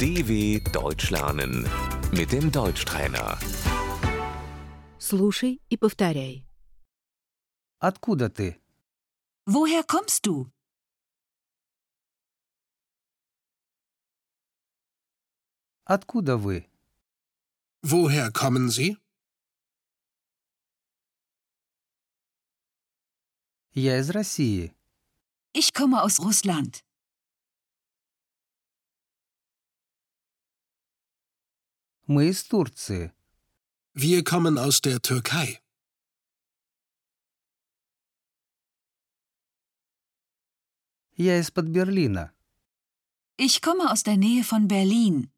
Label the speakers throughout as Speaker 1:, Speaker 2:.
Speaker 1: DW Deutsch lernen mit dem Deutschtrainer.
Speaker 2: Слушай и повторяй.
Speaker 3: Откуда ты?
Speaker 4: Woher kommst du?
Speaker 3: Откуда вы?
Speaker 5: Woher kommen Sie?
Speaker 3: Я из России.
Speaker 4: Ich komme aus Russland.
Speaker 3: Мы из Турции.
Speaker 5: Wir kommen aus der Türkei.
Speaker 3: Я из-под Берлина.
Speaker 4: Ich komme aus der Nähe von Berlin.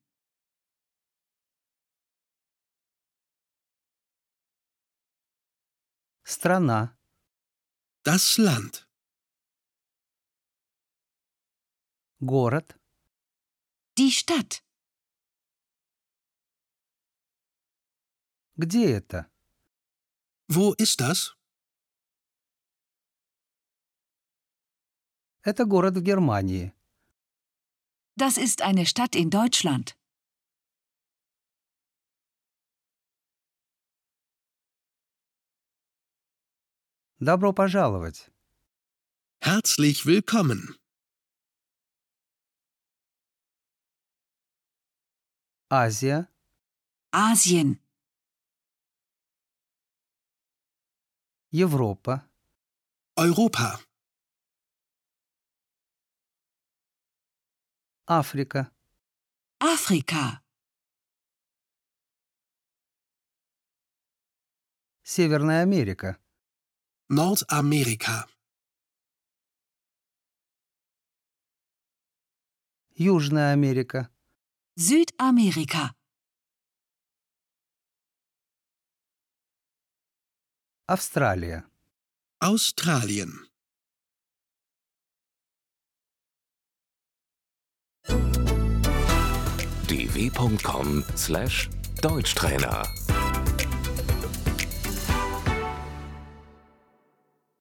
Speaker 3: Страна.
Speaker 5: Das Land.
Speaker 3: Город.
Speaker 4: Die Stadt.
Speaker 3: Где это?
Speaker 5: Wo ist das?
Speaker 3: Это город в Германии.
Speaker 4: Das ist eine Stadt in Deutschland.
Speaker 3: Добро пожаловать.
Speaker 5: Herzlich willkommen.
Speaker 3: Азия.
Speaker 4: Asien.
Speaker 3: Европа.
Speaker 5: Europa.
Speaker 3: Африка.
Speaker 4: Afrika.
Speaker 3: Северная Америка.
Speaker 5: Nordamerika.
Speaker 3: Южная Америка.
Speaker 4: Südamerika.
Speaker 3: Австралия.
Speaker 5: Australien.
Speaker 1: dw.com/deutschtrainer